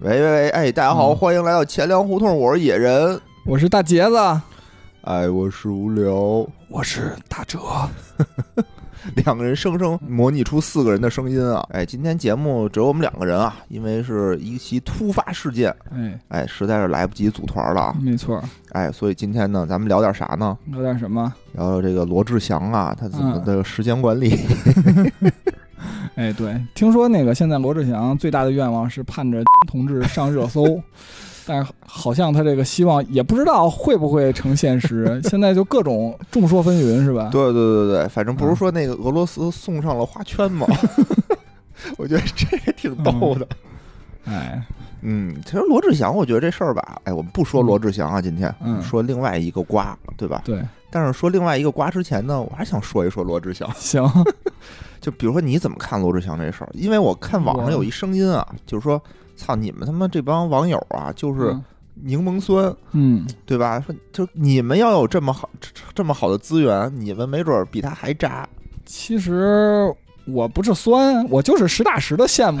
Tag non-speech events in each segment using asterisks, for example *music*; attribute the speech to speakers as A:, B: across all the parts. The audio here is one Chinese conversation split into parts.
A: 喂喂喂，哎，大家好，
B: 嗯
A: 欢迎来到钱粮胡同，我是野人，
B: 我是大杰子，
A: 哎，我是无聊， *laughs*
B: 我是大哲，
A: 两个人生生模拟出四个人的声音啊！哎，今天节目只有我们两个人啊，因为是一起突发事件，
B: 哎，
A: 哎，实在是来不及组团了啊！
B: 没错，
A: 哎，所以今天呢，咱们聊点啥呢？
B: 聊点什么？
A: 聊聊这个罗志祥啊，他怎么
B: 嗯
A: 的时间 *laughs* 管理？
B: 哎，对，听说那个现在罗志祥最大的愿望是盼着同志上热 *laughs* 搜，但是好像他这个希望也不知道会不会成现 *laughs* 实，现在就各种众说纷纭，是吧？
A: 对对对对，反正不是
B: 嗯
A: 说那个俄罗斯送上了花圈 *laughs* 吗？我觉得这也挺逗的。
B: 哎，
A: 嗯，其实罗志祥，我觉得这事儿吧，哎，我们不说罗志祥啊，今天、
B: 嗯
A: 说另外一个瓜，对吧？
B: 对，
A: 但是说另外一个瓜之前呢，我还想说一说罗志祥。
B: 行，
A: 就比如说你怎么看罗志祥这事儿？因为我看网上
B: 我
A: 有一声音啊，就是说，操你们他妈这帮网友啊，就是柠檬酸，
B: 嗯，
A: 对吧？说就你们要有这么好这这么好的资源，你们没准儿比他还渣。
B: 其实我不是酸，我就是实打实的
A: *laughs*
B: 羡慕。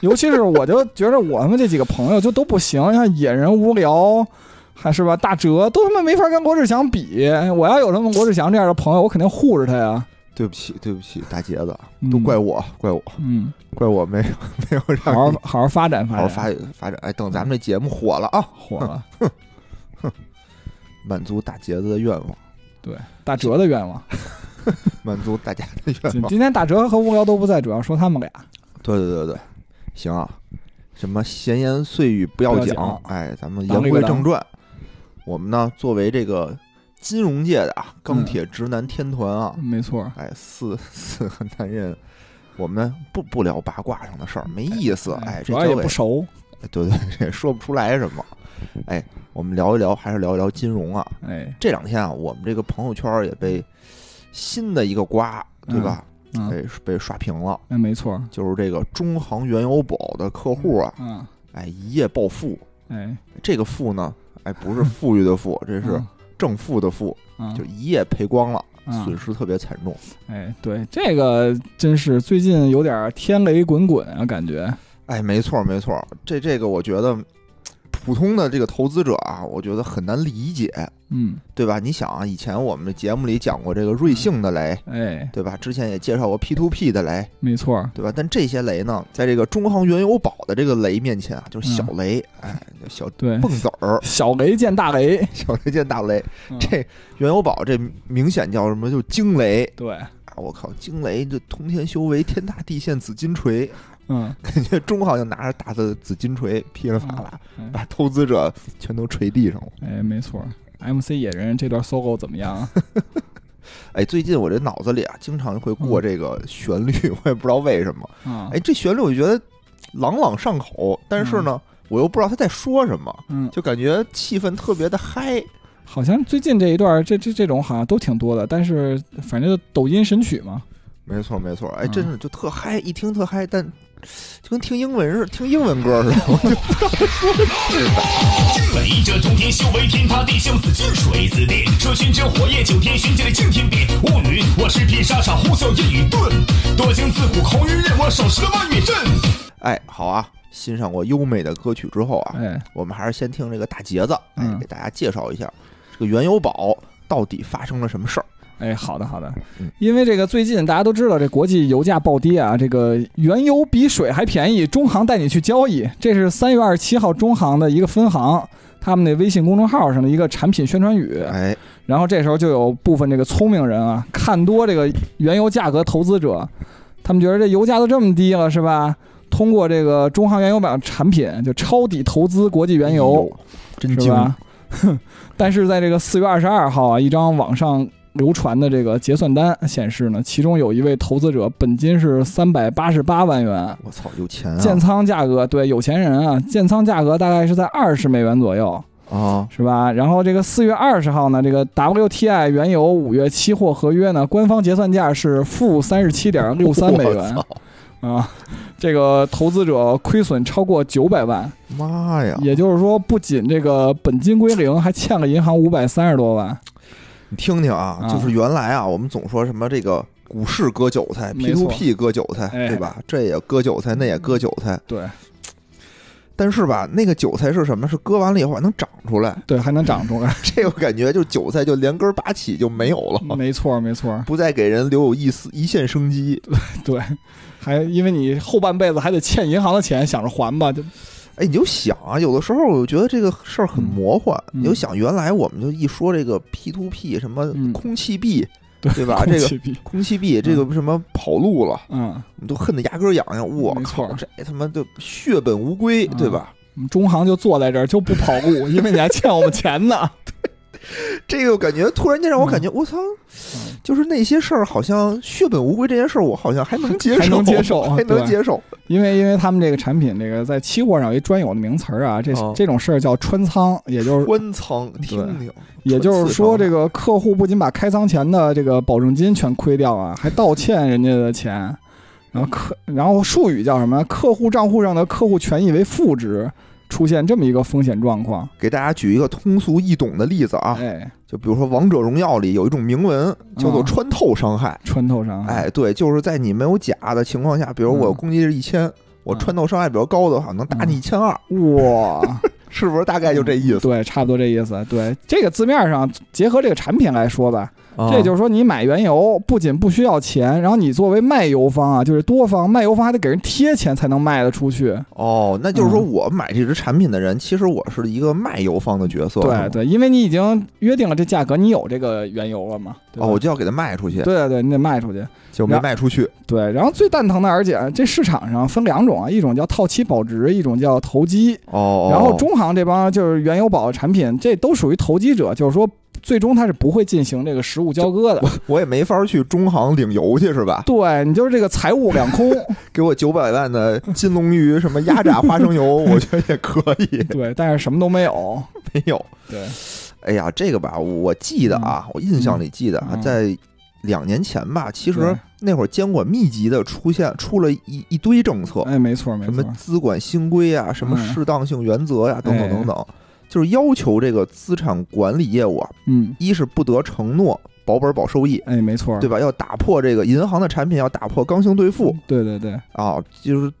B: 尤其是我就觉得我们这几个朋友就都不行，像野人无聊，还是吧大哲都他妈没法跟罗志祥比。我要有他们罗志祥这样的朋友，我肯定护着他呀。
A: 对不起，对不起，大杰子，啊
B: 嗯
A: 都怪我，怪我，
B: 嗯，
A: 怪我没有没有
B: 好
A: 让
B: 好
A: 你
B: 好好发展发
A: 好好
B: 展，
A: 发发展。哎，等咱们这节目火了啊，
B: 火了。
A: 满足大杰子的愿望，
B: 对，大哲的
A: *laughs*
B: 愿望。
A: 满足大家的愿
B: 今
A: 望。
B: 今天大哲和无聊都不在，主要说他们俩。
A: 对对对对，行啊，什么闲言碎语不要
B: 不要
A: 讲
B: 讲，
A: 哎，咱们言
B: 当这
A: 归
B: 个
A: 正
B: 当
A: 传。我们呢，作为这个金融界的啊
B: 嗯
A: 钢铁直男天团啊，
B: 没错，
A: *laughs* 哎，四 *laughs* 四个男人，我们不不聊八卦上的事儿，没意思。哎，这
B: 主要也
A: 交给
B: 不熟。
A: 哎对对，这也说不出来什么。哎，我们聊一聊，还是聊一聊金融啊。
B: 哎，
A: 这两天啊，我们这个朋友圈儿也被新的一个瓜，对吧？
B: 嗯嗯
A: 哎，被刷屏了。
B: 哎，没错。
A: 就是这个中航原油宝的客户啊，
B: 嗯，
A: 哎，一夜暴富。
B: 哎，
A: 这个富呢，哎，不是富裕的富，这是正负的富，
B: 嗯
A: 就一夜赔光了，
B: 嗯
A: 损失特别惨重。
B: 哎，对，这个真是最近有点天雷滚滚啊，感觉。
A: 哎，没错没错，这这个我觉得普通的这个投资者啊，我觉得很难理解，
B: 嗯，
A: 对吧？你想啊，以前我们节目里讲过这个瑞幸的雷，
B: 哎，
A: 对吧？之前也介绍过 P to P 的雷，
B: 没错儿，
A: 对吧？但这些雷呢，在这个中航原油宝的这个雷面前啊，就是小
B: 嗯
A: 雷，哎，就小
B: 对，
A: 蹦子儿，
B: 小雷见大雷，
A: 小雷见大雷。
B: 嗯
A: 这原油宝这明显叫什么？就惊雷
B: 对，
A: 啊！我靠，惊雷这通天修为，天大地陷紫金锤， *laughs*
B: 嗯，
A: 感觉中行就拿着大的紫金锤噼里啪啦
B: 嗯，
A: 把投资者全都锤地上了。
B: 哎，没错儿。MC 野人这段 solo 怎么样 *laughs* 啊？
A: 哎，最近我这脑子里啊，经常会
B: 嗯
A: 过这个旋律， *laughs* 我也不知道为什么。
B: 啊
A: 哎，，这旋律我觉得朗朗上口，但是呢，我又不知道他在说什么，
B: 嗯，
A: 就感觉气氛特别的嗨。
B: 好像最近这一段儿，这这这种好像都挺多的，但是反正就抖音神曲嘛，
A: 没错，没错，哎，
B: 嗯
A: 真是就特嗨，一听特嗨，但 *sniffs* 就跟听英文似的，听英文歌似的， *laughs* 我就不知道他说的是啥。
C: 雷这通天修为，天塌地陷，紫金水字典。说寻真火焰九天，寻剑的惊天变。乌云，我是片沙场，呼啸烟雨顿。多情自古空余刃，我手持了万语阵。
A: 哎，好啊，欣赏过优美的歌曲之后啊，
B: 哎，
A: 我们还是先听这个大杰子，哎
B: 嗯，
A: 给大家介绍一下这个原油宝到底发生了什么事儿。
B: 哎，好的好的
A: 嗯，
B: 因为这个最近大家都知道这国际油价暴跌啊，这个原油比水还便宜，中行带你去交易，这是三月二十七号中行的一个分行他们那微信公众号上的一个产品宣传语，
A: 哎，
B: 然后这时候就有部分这个聪明人啊，看多这个原油价格投资者，他们觉得这油价都这么低了是吧？通过这个中行原油榜产品就抄底投资国际原油。
A: 哎真
B: 是
A: 精，
B: 吧？ *laughs* 但是在这个四月二十二号啊，一张网上流传的这个结算单显示呢，其中有一位投资者本金是三百八十八万元，
A: 我操，有钱啊！
B: 建仓价格对有钱人啊，建仓价格大概是在二十美元左右，
A: 啊，
B: 是吧？然后这个四月二十号呢，这个 WTI 原油五月期货合约呢，官方结算价是负三十七点六三美
A: *laughs*
B: 元
A: 我操
B: 啊，这个投资者亏损超过九百万。
A: 妈呀！
B: 也就是说，不仅这个本金归零，还欠了银行五百三十多万。
A: 你听听啊，
B: 啊
A: 就是原来啊，我们总说什么这个股市割韭菜
B: 没
A: ，P
B: 错
A: to P 割韭菜，
B: 哎
A: 对吧？这也割韭菜，那也割韭菜。
B: 对，
A: 但是吧，那个韭菜是什么？是割完了以后还能长出
B: *laughs*
A: 来，
B: 对，还能长出来，
A: *laughs* 这个感觉就韭菜就连根拔起就没有了，
B: 没错没错，
A: 不再给人留有一丝一线生机。
B: 对，还因为你后半辈子还得欠银行的钱，想着还吧，就
A: 哎，你就想啊，有的时候我觉得这个事儿很魔幻，
B: 嗯
A: 你就想原来我们就一说这个 P to P 什么
B: 嗯
A: 空气币，
B: 对
A: 对吧这
B: 空
A: 个
B: 气币
A: 空气币这个什么跑路了，
B: 嗯，
A: 我们都恨得牙根痒痒。我
B: 没错
A: 靠，这他妈的血本无归，
B: 嗯
A: 对吧？
B: 我们中行就坐在这儿就不跑
A: *laughs*
B: 路，因为你还欠我们钱呢。
A: 这个感觉突然间让我感觉，我操，
B: 嗯
A: 就是那些事儿好像血本无归这件事儿，我好像还能接受，
B: 还能接
A: *laughs*
B: 受
A: 还能
B: 对
A: 接受。
B: 因为因为他们这个产品，这个在期货上有一专有的名词儿啊，这、
A: 哦
B: 这种事儿叫穿仓，也就是
A: 官仓，听听，
B: 也就是说，这
A: 个
B: 个客户不仅把开仓前的这个保证金全亏掉啊，还倒欠人家的钱，然后客然后术语叫什么？客户账户上的客户权益为负值，出现这么一个风险状况。
A: 给大家举一个通俗易懂的例子啊，
B: 哎，
A: 就比如说《王者荣耀》里有一种铭文叫做
B: 嗯
A: 穿透伤害。
B: 穿透伤害，
A: 哎，对，就是在你没有甲的情况下，比如我
B: 嗯
A: 攻击是一千，我
B: 嗯
A: 穿透伤害比较高的话，能打你一千二， *laughs*
B: 哇，
A: 是不是？大概就这意思。
B: 对，差不多这意思。对，这个字面上结合这个产品来说吧，
A: 啊
B: 这就是是说，你买原油不仅不需要钱，然后你作为卖油方啊，就是多方卖油方还得给人贴钱才能卖得出去。
A: 哦，那就是说
B: 嗯
A: 我买这只产品的人，其实我是一个卖油方的角色。是吗
B: 对对，因为你已经约定了这价格，你有这个原油了嘛？对吧
A: 哦，我就要给它卖出去，
B: 对对对，你得卖出去。
A: 就没
B: 然
A: 卖出去。
B: 对，然后最蛋疼的，而且这市场上分两种啊，一种叫套期保值，一种叫投机。
A: 哦，
B: 然后中行这帮就是原油宝产品，这都属于投机者，就是说最终它是不会进行这个实物交割的。
A: 我也没法去中行领油去是吧？
B: *laughs* 对你就是这个财务两
A: *laughs*
B: 空，
A: 给我九百万的金龙鱼、什么压榨花生油，
B: *laughs*
A: 我觉得也可以。
B: 对，但是什么都没
A: *laughs*
B: 有。
A: 没有，
B: 对，
A: 哎呀，这个吧，我记得啊，我印象里记得啊，
B: 嗯
A: 在两年前吧，其实
B: 对
A: 那会儿监管密集的出现出了一一堆政策，
B: 哎，没错没
A: 什么
B: 错，
A: 资管新规啊，什么
B: 嗯
A: 适当性原则呀、等等
B: 哎
A: 等等，就是要求这个资产管理业务啊，
B: 嗯。
A: 一是不得承诺保本保收益。
B: 哎，没错，
A: 对吧？要打破这个银行的产品，要打破刚性兑付，
B: 对对对，
A: 啊，就是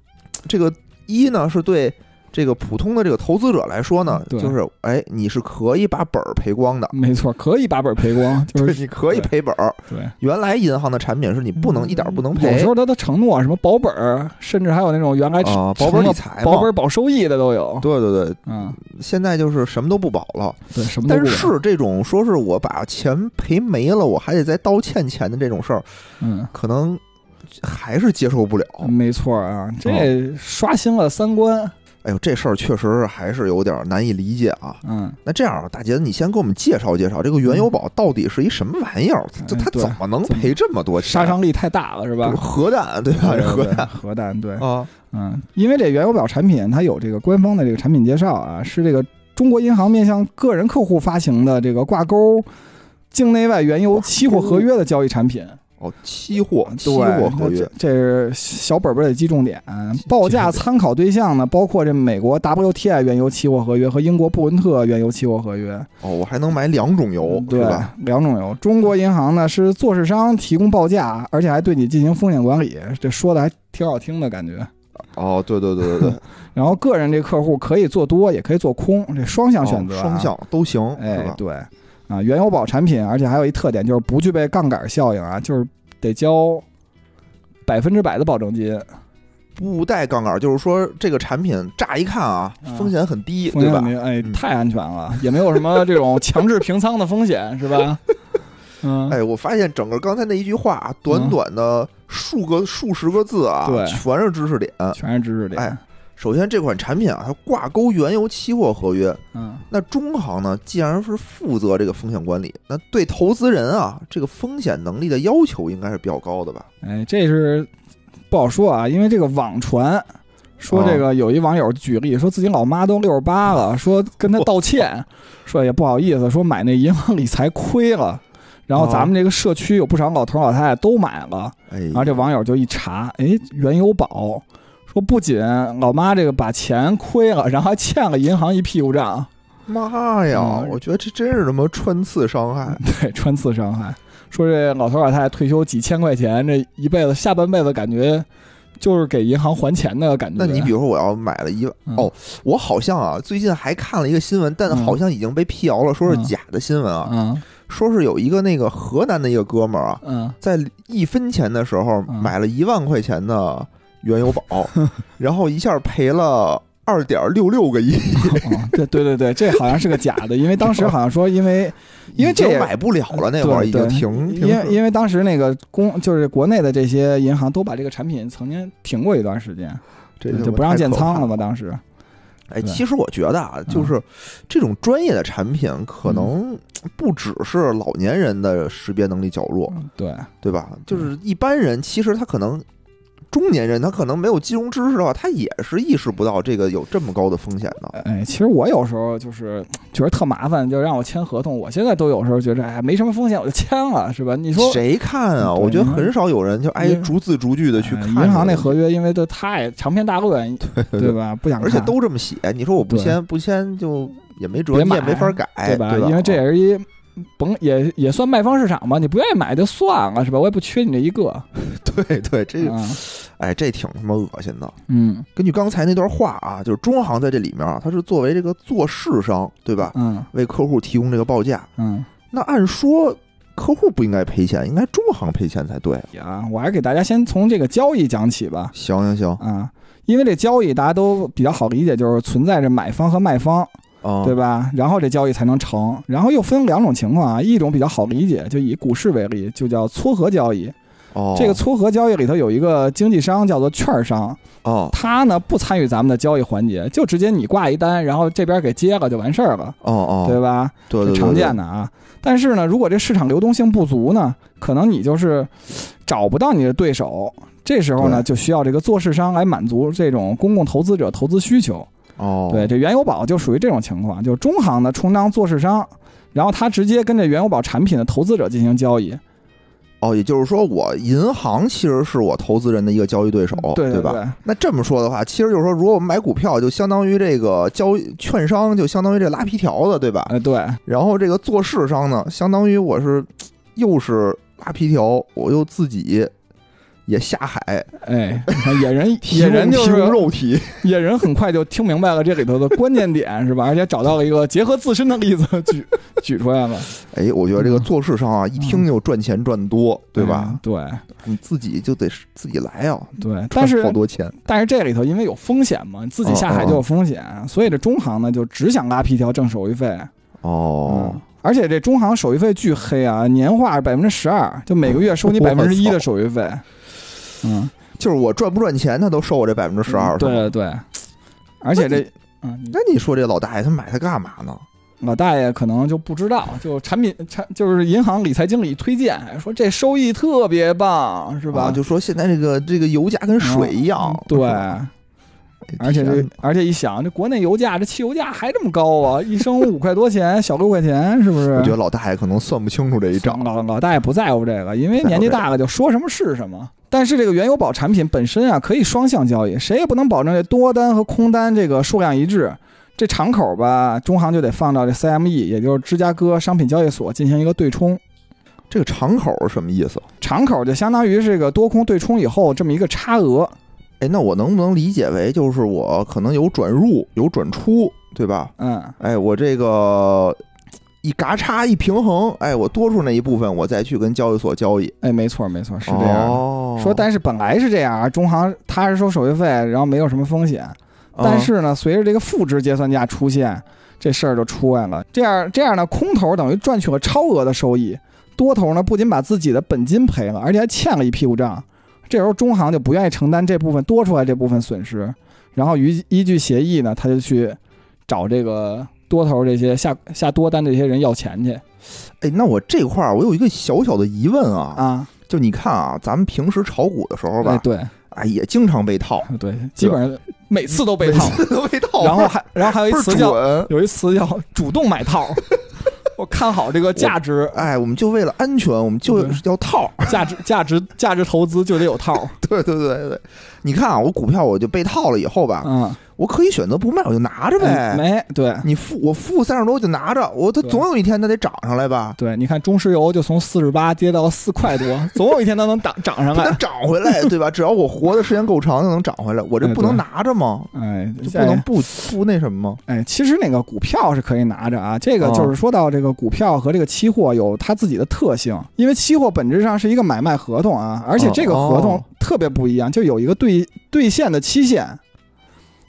A: 这个一呢是对这个普通的这个投资者来说呢，
B: 嗯对
A: 就是哎，你是可以把本儿赔光
B: *laughs*
A: 的，
B: 没错，可以把本儿赔光，就
A: 对，
B: 是
A: 你可以赔本儿。
B: 对。嗯
A: 原来银行的产品是你不能一点儿不能
B: 有
A: 赔
B: 时候他的承诺啊什么保本儿，甚至还有那种原来承
A: 啊，保本理
B: 承诺
A: 财嘛，
B: 保本儿保收益的都有。
A: 对对对，
B: 嗯，
A: 现在就是什么都不保了。
B: 对，什么都
A: 但
B: 不管
A: 是这种说是我把钱赔没了，我还得再倒欠钱的这种事儿，
B: 嗯，
A: 可能还是接受不了。
B: 没错啊，这刷新了三观。
A: 哎呦，这事儿确实还是有点难以理解啊。
B: 嗯，
A: 那这样啊，大姐，你先给我们介绍介绍这个原油宝到底是一什么玩意儿？
B: 嗯
A: 就它
B: 对
A: 怎么能赔这么多钱？
B: 杀伤力太大了，是吧
A: 这？核弹对吧？哦 *laughs*
B: 对
A: 这核
B: 对对
A: 弹
B: 核弹，对，
A: 啊，
B: 嗯，因为这原油表产品它有这个官方的这个产品介绍啊，是这个中国银行面向个人客户发行的这个挂钩境内外原油期货合约的交易产品。
A: 哦，期货
B: 对
A: 期货合约
B: 这，这是小本本得记重点。报价参考对象呢，包括这美国 WTI 原油期货合约和英国布伦特原油期货合约，嗯
A: 哦，我还能买两种油
B: 对
A: 是吧？
B: 两种油。中国银行呢是做市商提供报价，而且还对你进行风险管理，这说的还挺好听的感觉。
A: 哦，对对对对
B: *laughs*
A: 对，
B: 然后个人这客户可以做多，也可以做空，这双向
A: 哦
B: 选择啊、
A: 双向都行是
B: 哎
A: 吧，？
B: 对，啊，原油宝产品，而且还有一特点就是不具备杠杆效应啊，就是得交百分之百的保证金，
A: 不带杠杆，就是说这个产品乍一看啊，
B: 嗯
A: 风险很低，
B: 风
A: 对
B: 险
A: 吧
B: 很？低，哎
A: 嗯，
B: 太安全了，也没有什么
A: *laughs*
B: 这种强制平仓的风险，是吧？嗯，
A: 哎，我发现整个刚才那一句话啊，短
B: 嗯
A: 短的数个数十个字啊，
B: 对
A: 全是知识点。
B: 全是知识点。
A: 哎首先，这款产品啊，它挂钩原油期货合约，
B: 嗯，
A: 那中行呢，既然是负责这个风险管理，那对投资人啊，这个风险能力的要求应该是比较高的吧？
B: 哎，这是不好说啊，因为这个网传。说这
A: 哦
B: 个有一网友举例说自己老妈都六十八了，说跟他道歉，说也不好意思，说买那银行理财亏了，然后
A: 哦
B: 咱们这个社区有不少老头老太太都买了，
A: 哎，
B: 然后这网友就一查，哎，原油宝说不仅老妈这个把钱亏了，然后还欠了银行一屁股账，
A: 妈呀，
B: 嗯
A: 我觉得这真是他妈穿刺伤害。
B: 对，穿刺伤害。说这老头老太太退休几千块钱，这一辈子下半辈子感觉就是给银行还钱的感觉。
A: 那你比如说，我要买了一万
B: 嗯
A: 哦，我好像啊，最近还看了一个新闻，但
B: 嗯
A: 好像已经被辟谣了，说是
B: 嗯
A: 假的新闻啊，
B: 嗯
A: 说是有一个那个河南的一个哥们儿啊，
B: 嗯
A: 在一分钱的时候
B: 嗯
A: 买了一万块钱的原油
B: *laughs*
A: 宝，然后一下赔了二点六六个亿，
B: 哦，对对对对，这好像是个假的，因为当时好像说
A: *laughs*
B: 因为 *laughs* 因为这
A: 已
B: 也
A: 经买不了了，那会儿
B: 对
A: 已经
B: 对
A: 停停
B: 因为
A: 止。
B: 因为当时那个公就是国内的这些银行都把这个产品曾经停过一段时间，
A: 这
B: 对
A: 他
B: 就
A: 妈
B: 不让
A: 太
B: 建
A: 可怕
B: 仓了
A: 了
B: 嘛。当时
A: 哎，
B: 对嗯
A: 其实我觉得啊，就是这种专业的产品，可能不只是老年人的识别能力较弱，
B: 对
A: 对
B: 嗯
A: 吧？就是一般人，其实他可能中年人，他可能没有金融知识的话，他也是意识不到这个有这么高的风险的。
B: 哎，其实我有时候就是觉得特麻烦，就让我签合同，我现在都有时候觉得哎没什么风险，我就签了，是吧？你说嗯
A: 谁看啊？
B: 对
A: 我觉得
B: 你看
A: 很少有人就挨
B: 银
A: 逐字逐句的去
B: 哎
A: 看
B: 银行那
A: 这个
B: 合约，因为都太长篇大论，
A: *laughs* 对
B: 对吧？不想看，
A: 而且都这么写，你说我不
B: 对
A: 签不签就也没辙，
B: 别
A: 你也
B: 买啊
A: 没法改，
B: 对
A: 对哦
B: 吧？因为这也是一。甭也也算卖方市场吧，你不愿意买就算了，是吧？我也不缺你这一个。
A: 对对，这
B: 啊
A: 哎这挺他妈恶心的。
B: 嗯
A: 根据刚才那段话啊，就是中行在这里面啊，它是作为这个做市商，对吧？
B: 嗯
A: 为客户提供这个报价，
B: 嗯，
A: 那按说客户不应该赔钱，应该中行赔钱才对。
B: 啊，我还是给大家先从这个交易讲起吧。
A: 行行行，
B: 啊，因为这交易大家都比较好理解，就是存在着买方和卖方，
A: 啊、
B: 对吧？然后这交易才能成。然后又分两种情况啊，一种比较好理解，就以股市为例，就叫撮合交易。
A: 哦，
B: 这个撮合交易里头有一个经纪商叫做券商，
A: 哦
B: 他呢不参与咱们的交易环节，就直接你挂一单，然后这边给接了就完事儿了，
A: 哦
B: 对
A: 哦，
B: 吧？
A: 对对
B: 这
A: 对，
B: 常
A: 对
B: 见的啊。但是呢，如果这市场流动性不足呢，可能你就是找不到你的对手。这时候呢，就需要这个做市商来满足这种公共投资者投资需求。
A: 哦，
B: 对，这原油宝就属于这种情况，就是中行呢充当做市商，然后他直接跟这原油宝产品的投资者进行交易。
A: 哦，也就是说，我银行其实是我投资人的一个交易哦对手，
B: 嗯对对
A: 吧？那这么说的话，其实就是说，如果我们买股票，就相当于这个交易券商，就相当于这拉皮条的，对吧？
B: 呃，对，
A: 然后这个做市商呢，相当于我是又是拉皮条，我又自己也下海， *laughs*
B: 哎，你看野人
A: 提
B: 野
A: 供
B: 人就
A: 提供
B: 是
A: 肉体，
B: 野人，很快就听明白了这里头的关键点是吧？而且找到了一个结合自身的例子举 *laughs* 举出来了，
A: 哎，我觉得这个做市商啊，一听就赚钱赚多，对吧
B: 嗯？对
A: 你自己就得是自己来啊，
B: 对，
A: 赚
B: 但是
A: 好多钱，
B: 但是这里头因为有风险嘛，你自己下海
A: 哦
B: 就有风险，所以这中行呢就只想拉皮条挣手续费。
A: 哦
B: 嗯，而且这中行手续费巨黑啊，年化百分之十二，就每个月收你
A: 我
B: 百分之一
A: 操
B: 的手续费。嗯，
A: 就是我赚不赚钱，他都收我这百分之十二，是吧
B: 对对，而且这。嗯，
A: 那你说这老大爷他买它干嘛呢？
B: 老大爷可能就不知道，就产品产就是银行理财经理推荐，说这收益特别棒，是
A: 是
B: 吧？
A: 啊就说现在这个这个油价跟水一样，
B: 嗯对，
A: 哎
B: 而且
A: 天
B: 这而且一想，这国内油价这汽油价还这么高啊，一升五块多钱，小六块钱，是不是？
A: 我觉得老大爷可能算不清楚这一账。
B: 老老大爷不在乎这个，因为年纪大了就说什么是什么。但是这个原油宝产品本身啊，可以双向交易，谁也不能保证这多单和空单这个数量一致。这敞口吧，中行就得放到这 CME，也就是芝加哥商品交易所进行一个对冲。
A: 这个敞口是什么意思？
B: 敞口就相当于这个多空对冲以后这么一个差额。
A: 哎，那我能不能理解为就是我可能有转入有转出，对吧？
B: 嗯，
A: 哎，我这个一嘎嚓一平衡，哎，我多出那一部分，我再去跟交易所交易，
B: 哎，没错没错，是这样的。
A: 哦、
B: 说，但是本来是这样啊，中行它是收手续费，然后没有什么风险。
A: 嗯
B: 但是呢，随着这个负值结算价出现，这事儿就出来了。这样这样呢，空头等于赚取了超额的收益，多头呢不仅把自己的本金赔了，而且还欠了一屁股账。这时候中行就不愿意承担这部分多出来这部分损失，然后依依据协议呢，他就去找这个多头这些下下多单这些人要钱去
A: 哎，那我这块儿我有一个小小的疑问啊，
B: 啊，
A: 就你看啊，咱们平时炒股的时候
B: 哎
A: 吧，
B: 对
A: 哎，也经常被套，
B: 对，基本上每
A: *laughs*
B: 次 *laughs* 都被套，
A: 每次都被套，
B: *laughs* 然后还然后还有一
A: 哦不是
B: 词叫
A: 准。
B: 有一词叫主动买套， *laughs* 我看好这个价值、
A: 哎，我们就为了安全，我们就
B: 对
A: 要套。 *laughs*
B: 价值、价值、价值投资就得有套。
A: 对对对对，你看啊，我股票我就被套了以后吧，
B: 嗯哎
A: 我可以选择不卖，我就拿着呗。
B: 没对
A: 你付我付三十多，我就拿着，我它
B: 对
A: 总有一天它得涨上来吧？
B: 对，你看中石油就从四十八跌到四块多，总有一天它能涨涨上
A: 它能
B: 来。
A: 涨回来，对吧？只要我活的时间够长，就能涨回来。我这
B: 哎
A: 不
B: 对
A: 能拿着吗？
B: 哎，
A: 就不
B: 下一
A: 能
B: 个
A: 不不那什么吗？
B: 哎，其实那个股票是可以拿着啊，这个
A: 哦
B: 就是说到这个股票和这个期货有它自己的特性，因为期货本质上是一个买卖合同啊，而且这个合
A: 哦
B: 同特别不一样，就有一个兑兑现的期限，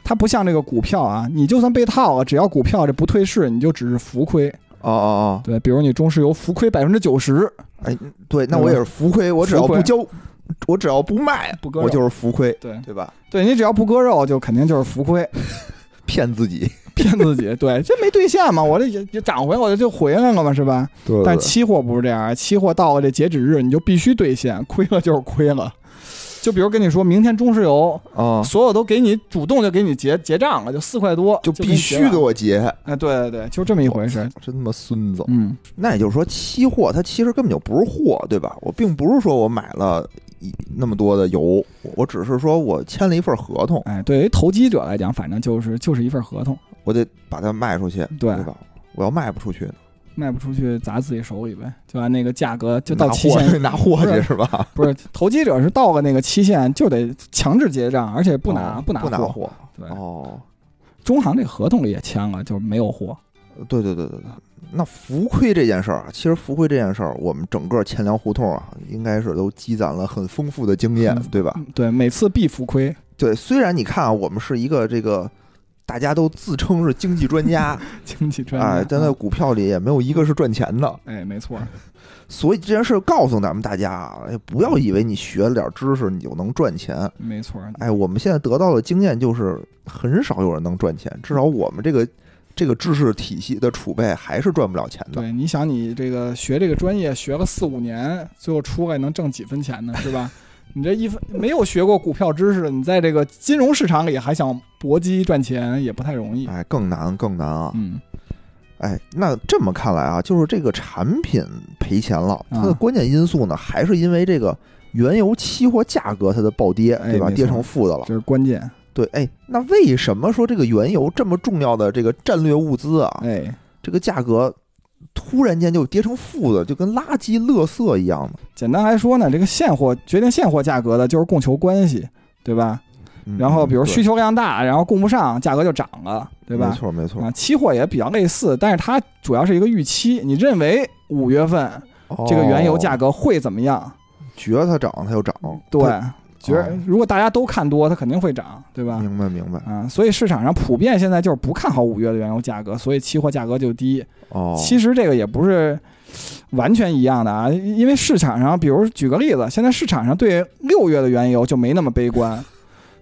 B: 它不像这个股票啊，你就算被套了，只要股票这不退市，你就只是浮亏。
A: 哦哦
B: 对，比如你中石油浮亏百分之九十，
A: 哦，哎，对，那我也是浮亏，我只要不交，我只要不卖，
B: 不割肉
A: 我就是浮亏，
B: 对
A: 对吧？
B: 对你只要不割肉，就肯定就是浮亏。 *laughs*
A: 骗自己，
B: 骗自己，对， *laughs* 这没兑现嘛，我这也也涨回来，我这就回来了嘛，是吧？
A: 对
B: 但期货不是这样，期货到了这截止日，你就必须兑现，亏了就是亏 *laughs* 了。就比如跟你说明天中石油，
A: 啊，
B: 所有都给你主动就给你结结账了，就四块多，
A: 就
B: 就给
A: 必
B: 你结
A: 须给
B: 了。
A: 我结，
B: 哎，对对对，就这么一回事。
A: 真他妈孙子！
B: 嗯，
A: 那也就是说，期货它其实根本就不是货，对吧？我并不是说我买了一那么多的油，我我只是说我签了一份合同，
B: 哎，对于投机者来讲，反正就是就是一份合同，
A: 我得把它卖出去，
B: 对
A: 对吧？我要卖不出去，
B: 卖不出去砸自己手里呗，就按那个价格就到
A: 拿
B: 期
A: 货 *laughs*
B: 限
A: 拿货
B: 不
A: 去
B: 是
A: 是吧？
B: 不是投机者是到了那个期限就得强制结账，而且 *laughs* 不拿、
A: 哦
B: 拿
A: 不拿
B: 货。
A: 货
B: 对，
A: 哦。
B: 中行这合同里也签了，就是没有货。
A: 对对对对对，那浮亏这件事儿啊，其实浮亏这件事儿，我们整个钱粮胡同啊，应该是都积攒了很丰富的经验，
B: 嗯
A: 对吧？
B: 嗯对，每次必浮亏。 *laughs*
A: 对，虽然你看啊，我们是一个这个。大家都自称是经济专家，
B: 经济 *laughs* 专家，嗯
A: 哎，但在股票里也没有一个是赚钱的，
B: 哎，没错，
A: 所以这件事儿告诉咱们大家啊，哎不要以为你学了点知识你就能赚钱。
B: 没错，
A: 哎，我们现在得到的经验就是很少有人能赚钱，至少我们这个这个知识体系的储备还是赚不了钱的。
B: 对，你想你这个学这个专业学了四五年，最后出来能挣几分钱呢？是吧？ *laughs* 你这一分没有学过股票知识，你在这个金融市场里还想搏击赚钱，也不太容易。
A: 哎，更难更难啊！
B: 嗯，
A: 哎，那这么看来啊，就是这个产品赔钱了，它的
B: 啊
A: 关键因素呢，还是因为这个原油期货价格它的暴跌，
B: 哎
A: 对吧？
B: 没错
A: 跌成负的了
B: 这。是关键。
A: 对，哎，那为什么说这个原油这么重要的这个战略物资啊，
B: 哎，
A: 这个价格突然间就跌成负的，就跟垃圾、垃圾一样的？
B: 简单来说呢，这个现货决定现货价格的就是供求关系，对吧？
A: 嗯
B: 然后比如需
A: 对
B: 求量大，然后供不上，价格就涨了，对吧
A: 没？错，没错。
B: 啊，期货也比较类似，但是它主要是一个预期，你认为五月份这个原油价
A: 格，
B: 格会怎么样？
A: 哦觉得它涨，它就涨。
B: 对，
A: 它，
B: 觉得
A: 哦
B: 如果大家都看多，它肯定会涨，对吧？
A: 明白明白。
B: 啊，所以市场上普遍现在就是不看好五月的原油价格，所以期货价格就低。
A: 哦，
B: 其实这个也不是完全一样的啊，因为市场上，比如举个例子，现在市场上对六月的原油就没那么
A: *laughs*
B: 悲观。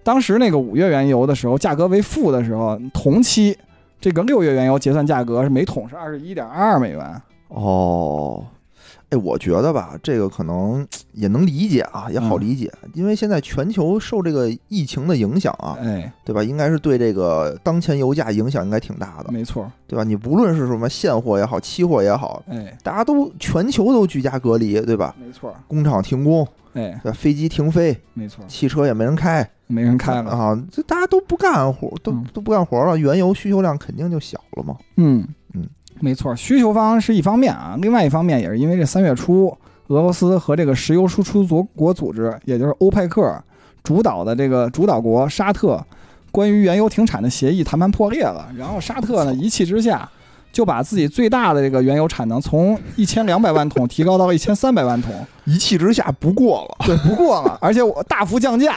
B: 当时那个五月原油的时候，价格为负的时候，同期这个六月原油结算价格是每桶是二十一点二二美元。
A: 哦，哎，我觉得吧，这个可能也能理解啊，也好
B: 嗯
A: 理解，因为现在全球受这个疫情的影响啊，
B: 哎，
A: 对吧？应该是对这个当前油价影响应该挺大的，
B: 没错，
A: 对吧？你不论是什么现货也好，期货也好，
B: 哎，
A: 大家都全球都居家隔离，对吧？
B: 没错，
A: 工厂停工，
B: 哎，
A: 对吧飞机停飞，
B: 没错，
A: 汽车也没人开，
B: 没人开了。
A: 啊，这大家都不干活，都
B: 嗯
A: 都不干活了，原油需求量肯定就小了嘛。
B: 嗯
A: 嗯，
B: 没错，需求方是一方面啊，另外一方面也是因为这三月初，俄罗斯和这个石油输出国国组织，也就是欧佩克主导的这个主导国沙特，关于原油停产的协议谈判破裂了，然后沙特呢一气之下。就把自己最大的这个原油产能从一千两百万桶提高到一千三百万桶，
A: 一气之下不过了，
B: *laughs* 对，不过了，而且我大幅降价，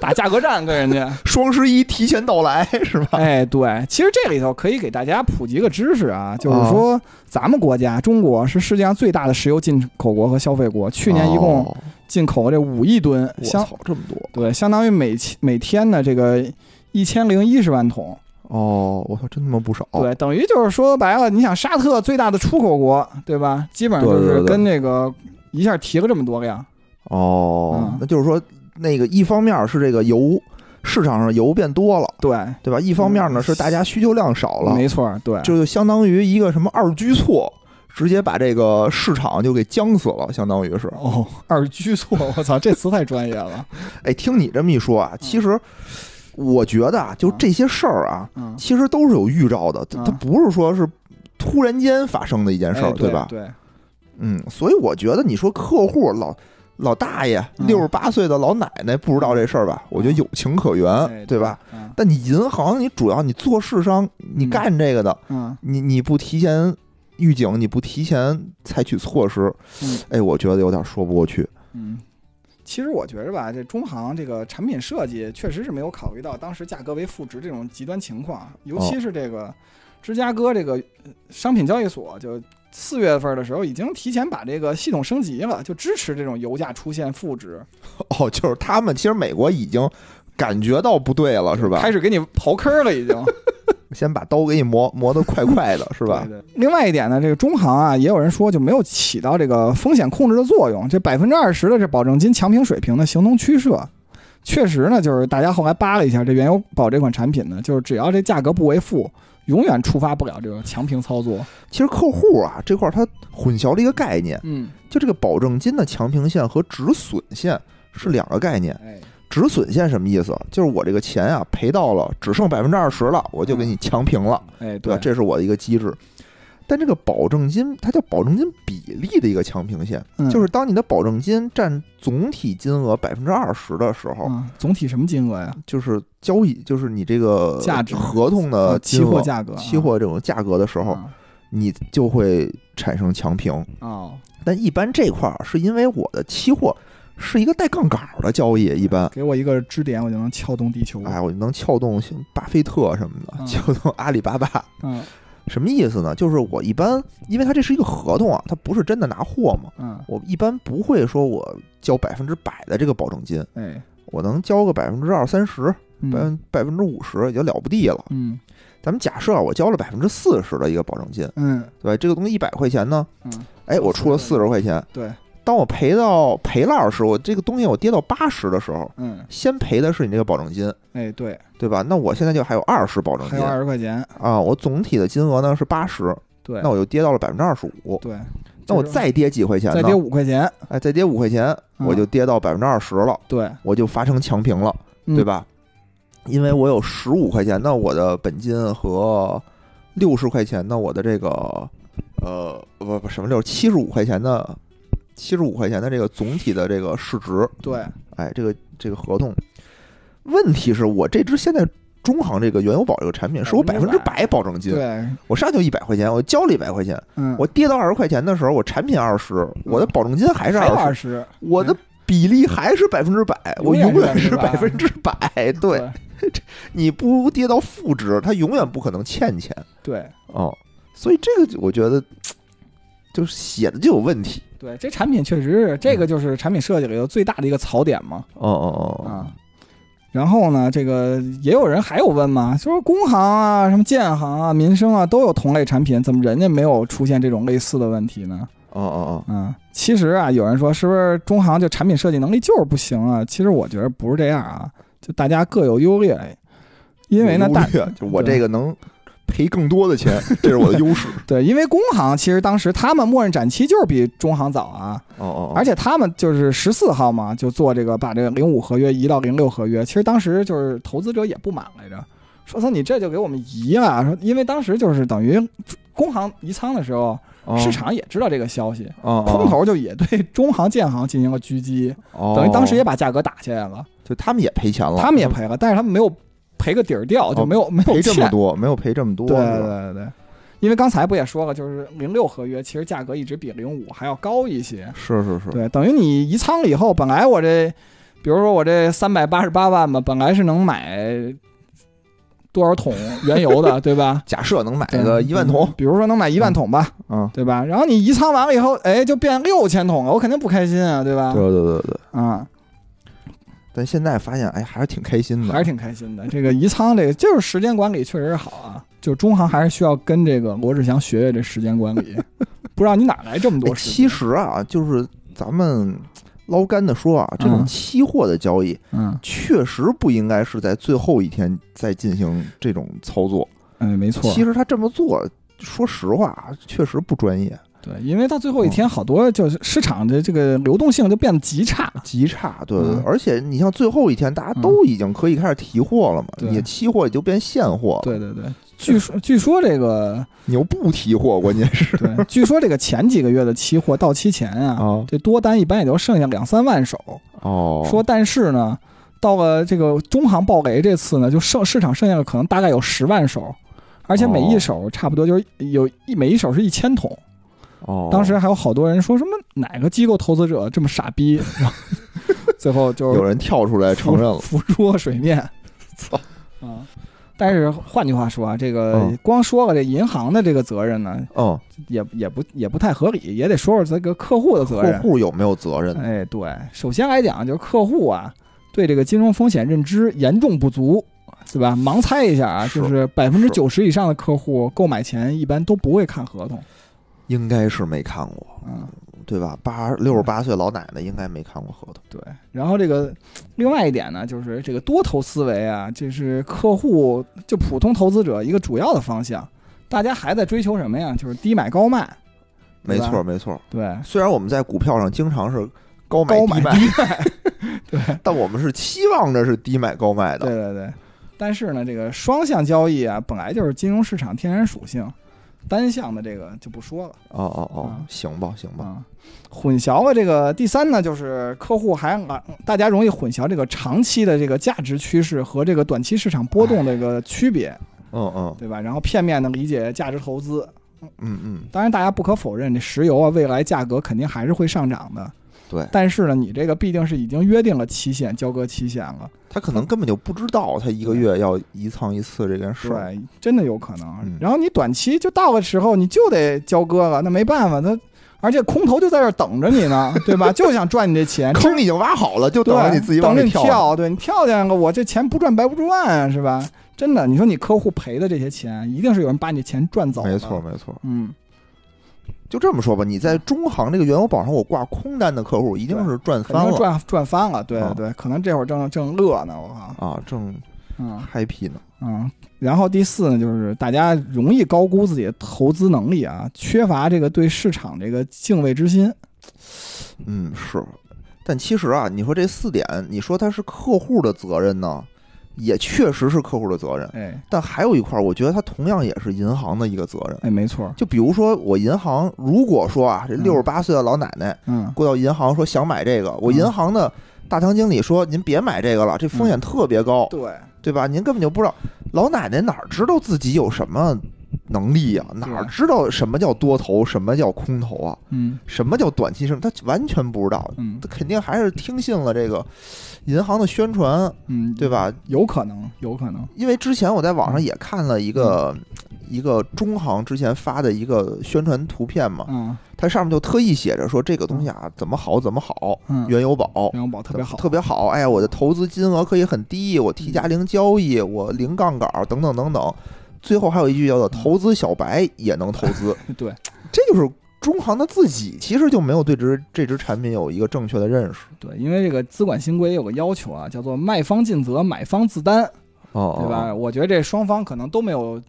B: 打价格战跟人家，
A: 双十一提前到来是 *laughs* 吧？
B: 哎，对，其实这里头可以给大家普及个知识
A: *laughs*
B: 啊，就是
A: 哦
B: 说咱们国家中国是世界上最大的石油进口国和消费国，去年一共
A: 哦
B: 进口了这五亿吨，
A: 我
B: 相
A: 操，这么多
B: 对相当于每期每天的这个一千零一十万桶，
A: 哦！我操，真他妈不少。
B: 对，等于就是说白了，你想沙特最大的出口国，对吧？基本上就
A: 对对
B: 是
A: 对
B: 跟那个一下提了这么多量，
A: 哦，
B: 嗯
A: 那就是说，那个一方面是这个油市场上油变多了，
B: 对，
A: 对吧？一方面呢是大家需求量少了，
B: 嗯没错儿，对，
A: 这就相当于一个什么二居错，直接把这个市场就给僵死了，相当于是。 *laughs*
B: 哦，二居错，我操，这词太专业了，
A: 哎，听你这么一说啊，其实我觉得啊，就
B: 啊
A: 这些事儿啊，
B: 嗯，
A: 其实都是有预兆的，它它
B: 啊
A: 不是说是突然间发生的一件事儿，
B: 哎对
A: 吧？
B: 对，
A: 嗯，所以我觉得你说客户老老大爷
B: 嗯
A: 六十八岁的老奶奶不知道这事儿吧，我觉得有情可
B: 哎
A: 原，对吧？？
B: 嗯
A: 但你银行，你主要你做市商，你
B: 嗯
A: 干这个的，
B: 嗯，
A: 你你不提前预警，你不提前采取措施
B: 嗯，
A: 哎，我觉得有点说不过去。
B: 嗯，其实我觉着吧，这中行这个产品设计确实是没有考虑到当时价格为负值这种极端情况，啊尤其是这个芝加哥这个呃商品交易所就。四月份的时候，已经提前把这个系统升级了，就支持这种油价出现负值，
A: 哦， *laughs* 就是他们其实美国已经感觉到不对了，是吧
B: 开？始给你刨坑了，已经。
A: 先把刀给你磨磨得快快的，是吧？
B: *laughs* 对对另外一点呢，这个中行啊，也有人说就没有起到这个风险控制的作用。这百分之二十的这保证金强平水平呢，形同虚设。确实呢，就是大家后来扒了一下这原油宝这款产品呢，就是只要这价格不为负，永远触发不了这种强平操作。
A: 其实客户啊这块儿他混淆了一个概念，
B: 嗯，
A: 就这个保证金的强平线和止损线是两个概念。
B: 哎，
A: 止损线什么意思？就是我这个钱啊赔到了只剩百分之二十了，我就给你强平了，
B: 哎，
A: 对吧？这是我的一个机制。但这个保证金，它叫保证金比例的一个强平线，
B: 嗯
A: 就是当你的保证金占总体金额百分之二十的时候，
B: 嗯，总体什么金额呀？
A: 就是交易，就是你这个
B: 价值
A: 合同
B: 呃
A: 的金
B: 期
A: 额
B: 货价格，
A: 期货这种价格的时候，
B: 啊
A: 你就会产生强平。
B: 哦，
A: 但一般这块儿是因为我的期货是一个带杠杆儿的交易，一般，
B: 给我一个支点，我就能撬动地球。啊
A: 哎，我就能撬动像巴菲特什么的，
B: 嗯
A: 撬动阿里巴巴。
B: 嗯
A: 什么意思呢？就是我一般，因为它这是一个合同啊，它不是真的拿货嘛，
B: 嗯，
A: 我一般不会说我交百分之百的这个保证金，
B: 哎，
A: 我能交个百分之二三十、百
B: 嗯
A: 分百分之五十也就了不地了。
B: 嗯
A: 咱们假设啊我交了百分之四十的一个保证金，
B: 嗯
A: 对吧？这个东西一百块钱呢，
B: 嗯，
A: 哎，我出了四十块钱，
B: 对，
A: 当我赔到赔了二十，我这个东西我跌到八十的时候，
B: 嗯，
A: 先赔的是你这个保证金，
B: 哎，对，
A: 对吧？那我现在就还有二十保证
B: 还
A: 金
B: 有二十块钱，
A: 啊，我总体的金额呢是八十，
B: 对，
A: 那我就跌到了百分之二十五。
B: 对，
A: 那我
B: 就是
A: 再跌几块钱呢？
B: 再跌五块钱，
A: 哎，再跌五块钱，
B: 嗯
A: 我就跌到百分之二十了，
B: 对，
A: 我就发生强平了，
B: 嗯
A: 对吧？因为我有十五块钱，那我的本金和六十块钱，那我的这个呃不不什么六七十五块钱的七十五块钱的这个总体的这个市值，
B: 对，
A: 哎，这个这个合同，问题是我这只现在中行这个原油宝这个产品是我百分之百保证金，
B: 对，
A: 我上去就一百块钱，我交了一百块钱，
B: 嗯，
A: 我跌到二十块钱的时候，我产品二十，我的保证金还是
B: 还有
A: 二
B: 二
A: 十，
B: 十，
A: 我的比例还是百分之百，我永
B: 嗯永
A: 远
B: 远
A: 是
B: 是
A: 百分之百。
B: *laughs*
A: 对，
B: 对
A: 你不跌到负值，它永远不可能欠钱
B: 对
A: 哦。所以这个就我觉得就是写的就有问题。
B: 对，这产品确实是这个就是产品设计里头最大的一个槽点嘛
A: 哦嗯哦哦，
B: 啊。然后呢，这个也有人还有问嘛，就是工行啊、什么建行啊、民生啊都有同类产品，怎么人家没有出现这种类似的问题呢？
A: 哦哦
B: 嗯，其实啊，有人说是不是中行就产品设计能力就是不行啊？其实我觉得不是这样啊，就大家各有优劣，因为呢，
A: 有
B: 大
A: 优劣就我
B: 对
A: 这个能赔更多的钱，这是我的优势。
B: 对，因为工行其实当时他们默认展期就是比中行早啊，
A: 哦哦，
B: 而且他们就是十四号嘛，就做这个把这个零五合约移到零六合约，其实当时就是投资者也不满来着，说操你这就给我们移了，说因为当时就是等于工行移仓的时候，
A: 且
B: 市场也知道这个消息，
A: 哦
B: 空头就也对 *laughs* 中行、建行进行了狙击。
A: 哦
B: 等于当时也把价格打下来了，
A: 就他们也赔钱了，
B: 他们也赔了，但是他们没有赔个底儿掉，就没有没有
A: 哦赔这么
B: 欠。
A: 多，没有赔这么多。
B: 对
A: 是吧
B: 对对，因为刚才不也说了，就是零六合约其实价格一直比零五还要高一些。
A: 是是是，
B: 对，等于你移仓了以后，本来我这，比如说我这三百八十八万吧，本来是能买多少桶原油
A: *laughs*
B: 的，对吧？
A: 假设能买个一万桶，
B: 比如说能买一万桶吧，
A: 嗯，
B: 对吧？然后你移仓完了以后，哎，就变六千桶了，我肯定不开心啊，对吧？
A: 嗯对对对对。
B: 啊、
A: 但现在发现，哎，还是挺开心的。
B: 还是挺开心的。这个宜仓这个就是时间管理确实是好啊，就中行还是需要跟这个罗志祥学学这时间管 *laughs* 理。不知道你哪来这么
A: 哎
B: 多时间？
A: 其实啊，就是咱们捞干的说啊，这种
B: 嗯
A: 期货的交易
B: 嗯，
A: 确实不应该是在最后一天再进行这种操作。
B: 哎，没错。
A: 其实他这么做，说实话啊，确实不专业。
B: 对，因为到最后一天，好多就是市场的这个流动性就变得极差。
A: 极差，对对对
B: 啊嗯。
A: 而且你像最后一天，大家都已经可以开始提货了嘛，
B: 对
A: 你期货也就变现货了。
B: 对对对， *laughs* 据说据说这个
A: 你又不提货，关键是
B: 对，据说这个前几个月的期货到期前 *laughs* 啊，
A: 啊，
B: 这多单一般也就剩下两三万手。
A: 哦，
B: 说但是呢，到了这个中行暴雷这次呢，就剩市场剩下的可能大概有十万手，而且每一手差不多就是有一每一手是一千桶。
A: 哦，
B: 当时还有好多人说什么哪个机构投资者这么傻逼，然后最后就是
A: 有人跳出来承认了，
B: 浮浮出了水面。
A: 操
B: 啊！但是换句话说啊，这个
A: 嗯
B: 光说了这银行的这个责任呢，
A: 嗯，
B: 也也不也不太合理，也得说说这个客户的责
A: 客
B: 任。
A: 户有没有责任？
B: 哎，对，首先来讲就是客户啊，对这个金融风险认知严重不足，对吧？盲猜一下啊，
A: 是
B: 就是百分之九十以上的客户购买前一般都不会看合同，
A: 应该是没看过，
B: 嗯，
A: 对吧？八六十八岁老奶奶应该没看过合同。
B: 对。然后这个另外一点呢，就是这个多头思维啊，这是客户就普通投资者一个主要的方向，大家还在追求什么呀？就是低买高卖，
A: 没
B: 对吧
A: 错，没错。
B: 对，
A: 虽然我们在股票上经常是高买
B: 高
A: 低
B: 买
A: 卖， *laughs*
B: 低卖， *laughs* 对。
A: 但我们是期望着是低买高卖的。
B: 对对对，但是呢，这个双向交易啊，本来就是金融市场天然属性，单向的这个就不说了
A: 哦哦哦
B: 啊，
A: 行吧，行吧。
B: 啊。混淆了这个第三呢，就是客户还把大家容易混淆这个长期的这个价值趋势和这个短期市场波动的这个区别，
A: 嗯嗯
B: 对吧？然后片面的理解价值投资。
A: 嗯嗯，
B: 当然，大家不可否认，这石油啊，未来价格肯定还是会上涨的。
A: 对
B: 但是呢，你这个毕竟是已经约定了期限、交割期限了，
A: 他可能根本就不知道他一个月要移仓一次这件事儿。
B: 对，真的有可
A: 嗯
B: 能。然后你短期就到了时候，你就得交割了，那没办法，那而且空头就在这儿等着你
A: *laughs*
B: 呢，对吧？就想赚你这钱，
A: 坑已经挖好了，就
B: 对啊
A: 等着你自己往
B: 等着
A: 里
B: 你
A: 跳。啊
B: 跳，对你跳进来了，我这钱不赚白不赚啊，是吧？真的，你说你客户赔的这些钱，一定是有人把你钱赚走的。
A: 没错，，没错。
B: 嗯，
A: 就这么说吧，你在中行这个原油宝上，我挂空单的客户一定是赚
B: 肯
A: 翻
B: 定
A: 了
B: 赚赚翻了，对
A: 啊
B: 对对，可能这会儿正正乐呢，我靠，
A: 啊，正
B: 嗯
A: happy 呢。
B: 嗯。然后第四呢，就是大家容易高估自己的投资能力啊，缺乏这个对市场这个敬畏之心。
A: 嗯，是。但其实啊，你说这四点，你说它是客户的责任呢，也确实是客户的责任。
B: 哎，
A: 但还有一块儿，我觉得它同样也是银行的一个责任。
B: 哎，没错儿，
A: 就比如说，我银行如果说啊，这
B: 嗯
A: 六十八岁的老奶奶
B: 嗯，
A: 过到银行说想买这个，我银行的大堂经理说您别买这个了，这风险特别高，
B: 对，
A: 对吧？您根本就不知道，老奶奶哪知道自己有什么能力呀、哪知道什么叫多头，什么叫空头啊？
B: 嗯
A: 什么叫短期什么？她完全不知道，
B: 嗯
A: 她肯定还是听信了这个银行的宣传，
B: 嗯，
A: 对吧？
B: 有可能，有可能，
A: 因为之前我在网上也看了一个、
B: 嗯
A: 一个中行之前发的一个宣传图片嘛，
B: 嗯
A: 它上面就特意写着说这个东西啊怎么好怎么好，
B: 嗯，
A: 原油宝。
B: 元宝特别好，
A: 特别好，哎呀，我的投资金额可以很低，我 T 加零交易，
B: 嗯
A: 我零杠杆，等等等等。最后还有一句叫做“投资小白也能投
B: *laughs*
A: 资
B: 对，”，
A: 这就是中行他自己其实就没有对这这支产品有一个正确的认识，
B: 对，因为这个资管新规有个要求啊，叫做卖方尽责，买方自担，
A: 哦
B: 对吧？？我觉得这双方可能都没有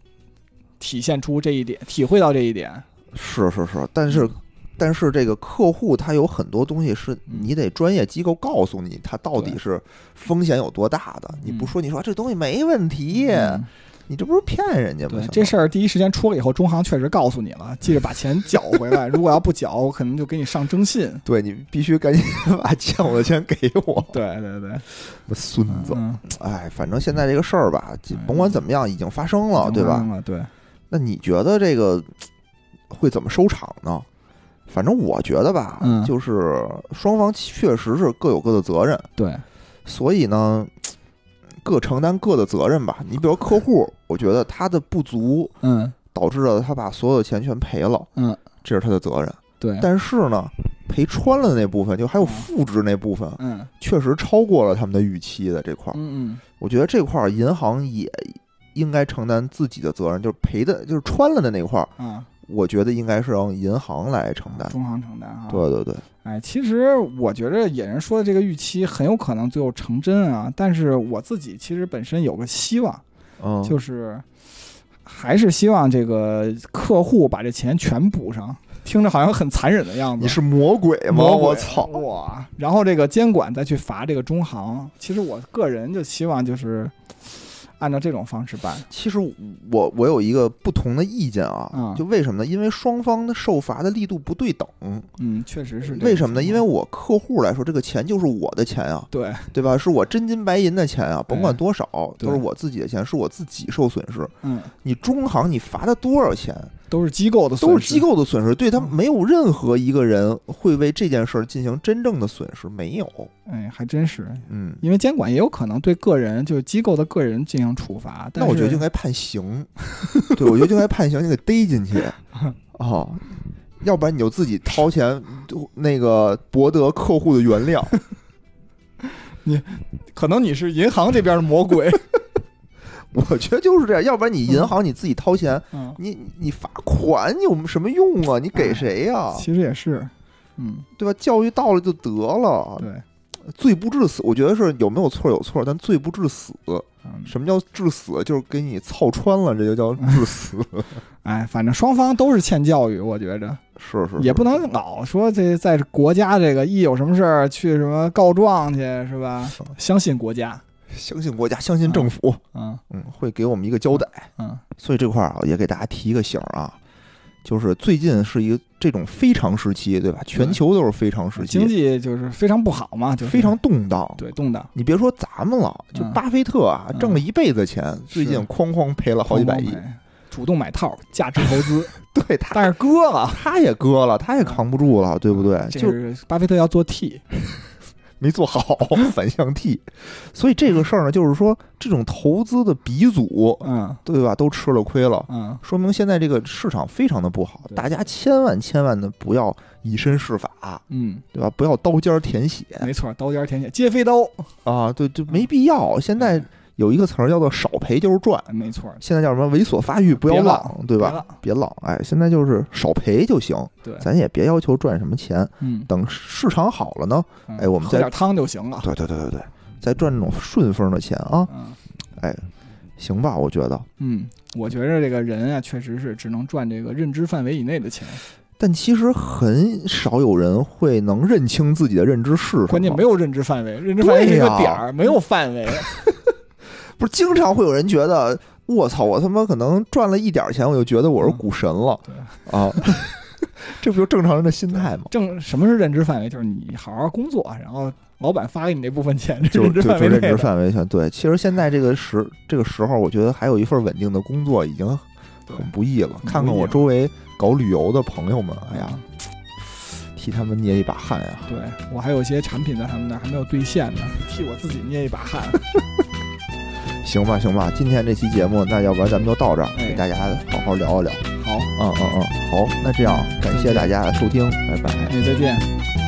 B: 体现出这一点，体会到这一点，
A: 是是是，但是
B: 嗯
A: 但是这个客户他有很多东西是你得专业机构告诉你，他到底
B: 嗯对
A: 是风险有多大的。你不
B: 嗯
A: 说，你说、啊这东西没问题，
B: 嗯
A: 你这不是骗人家吗
B: 对？这事
A: 儿
B: 儿第一时间出了以后，中行确实告诉你了，记着把钱缴回来。如果要不缴，我可能就给你上
A: *laughs*
B: 征信。
A: 对你必须赶紧 *laughs* 把欠我的钱给我，
B: 对对对，
A: 孙子！
B: 嗯，
A: 哎，反正现在这个事儿吧，就
B: 哎
A: 甭管怎么样，已经发生了，对吧？
B: 嗯？对，
A: 那你觉得这个会怎么收场呢？反正我觉得吧，
B: 嗯
A: 就是双方确实是各有各的责任。
B: 对，
A: 所以呢，各承担各的责任吧。你比如客户，我觉得他的不足
B: 嗯
A: 导致了他把所有的钱全赔了，
B: 嗯，
A: 这是他的责任。
B: 对，
A: 但是呢，赔穿了那部分，就还有
B: 嗯
A: 负值那部分，
B: 嗯
A: 确实超过了他们的预期的这块儿。
B: 嗯嗯。
A: 我觉得这块儿银行也应该承担自己的责任，就是赔的，就是穿了的那块儿，
B: 啊，
A: 我觉得应该是让银行来承担。
B: 中行承担啊。，
A: 对对对，
B: 哎，其实我觉着野人说的这个预期很有可能最后成真啊，但是我自己其实本身有个希望，
A: 嗯，
B: 就是还是希望这个客户把这钱全补上，听着好像很残忍的样子。
A: 你是魔鬼吗？
B: 魔鬼
A: 我操！
B: 哇！然后这个监管再去罚这个中行，其实我个人就希望就是按照这种方式办。
A: 其实我我有一个不同的意见啊，
B: 嗯
A: 就为什么呢？因为双方的受罚的力度不对等。
B: 嗯，确实是这个情况。
A: 为什么呢？因为我客户来说，这个钱就是我的钱
B: *laughs*
A: 啊，
B: 对
A: 对吧？是我真金白银的钱啊，甭管多少，
B: 对
A: 都是我自己的钱，是我自己受损失。
B: 嗯
A: 你中行你罚他多少钱，
B: 都是机构的损失，
A: 都是机构的损失，对他
B: 嗯
A: 没有任何一个人会为这件事儿进行真正的损失，没有。
B: 哎，还真是，
A: 嗯，
B: 因为监管也有可能对个人，就是机构的个人进行处罚。但
A: 那我觉得就应
B: 是
A: 该判刑，对我觉得就应该判刑，你给逮进
B: *laughs*
A: 去啊，要不然你就自己掏钱，就那个博得客户的原谅。
B: 可能你是银行这边的魔鬼。
A: 我觉得就是这样，要不然你银行你自己掏钱，
B: 嗯，
A: 你你你罚款有什么用 *laughs* 啊？你给谁呀、
B: 其实也是，嗯，
A: 对吧？教育到了就得了，
B: 对，
A: 罪不至死，我觉得是有没有错有错，但罪不至死。
B: 嗯，
A: 什么叫致死？就是给你操穿了，这就叫致死。 *laughs*
B: 哎，反正双方都是欠教育，我觉着
A: 是是，
B: 也不
A: 是
B: 能老说这在国家这个一有什么事儿去什么告状去是吧？相信国家，
A: 相信国家，相信政府，
B: 嗯
A: 嗯，会给我们一个交代。
B: 嗯
A: 所以这块儿啊，也给大家提一个醒儿啊，就是最近是一个这种非常时期，对吧？全球都是非常时期，
B: 经济就是非常不好嘛，就是
A: 非常动荡。
B: 对动荡，
A: 你别说咱们了，就
B: 嗯
A: 巴菲特啊，
B: 嗯
A: 挣了一辈子钱，最近
B: 是
A: 哐哐赔了好几百亿。
B: 狂买，主动买套，价值投资，
A: 对他，
B: 但是割了。
A: 他也割了，他也扛不住了，对不对？
B: 嗯这
A: 就是
B: 巴菲特要做 T，
A: 没做好 *laughs* 反向 T，所以这个事儿呢，就是说这种投资的鼻祖，
B: 嗯
A: 对吧？都吃了亏了。
B: 嗯，
A: 说明现在这个市场非常的不好，
B: 对
A: 大家千万千万的不要以身试法，
B: 嗯，
A: 对吧？不要刀尖儿舔血
B: 没错，刀尖舔血，接飞刀。
A: 啊，对，就没必要。现在有一个词儿叫做少赔就是赚，
B: 哎没错，
A: 现在叫什么猥琐发育，不要
B: 别浪
A: 浪，对吧？
B: 了？
A: 别浪，哎，现在就是少赔就行，
B: 对，
A: 咱也别要求赚什么钱。
B: 嗯，
A: 等市场好了呢，
B: 嗯
A: 哎我们
B: 喝
A: 再
B: 点汤就行了。
A: 对对对对对，再赚那种顺风的钱啊，
B: 嗯
A: 行吧？我觉得，
B: 嗯，我觉着这个人啊，确实是只能赚这个认知范围以内的钱，
A: 但其实很少有人会能认清自己的认知是什么。
B: 关键没有认知范围，认知范围是一个
A: 对啊呀
B: 点儿，没有范围。
A: 不是经常会有人觉得，我操，我他妈可能赚了一点儿钱，我就觉得我是股神了、啊， *laughs* 这不就正常人的心态吗？
B: 正什么是认知范围？就是你好好工作，然后老板发给你那部分钱，这
A: *laughs* 就
B: 认知
A: 就
B: 范
A: 就
B: 围内
A: 认知
B: 的。
A: 范围圈，对，其实现在这个时这个时候，我觉得还有一份稳定的工作已经
B: 对
A: 很不易了。
B: 易
A: 看看我
B: 了
A: 周围搞旅游的朋友们，哎呀，替他们捏一把汗呀、
B: 对我还有一些产品在他们那儿还没有兑现呢，替我自己捏一把
A: *laughs*
B: 汗。
A: 行吧，行吧，今天这期节目，那要不然咱们就到这儿，
B: 哎
A: 给大家好好聊一聊。
B: 好，
A: 嗯嗯嗯，好，那这样感谢大家的收听，拜拜。
B: 哎，再见。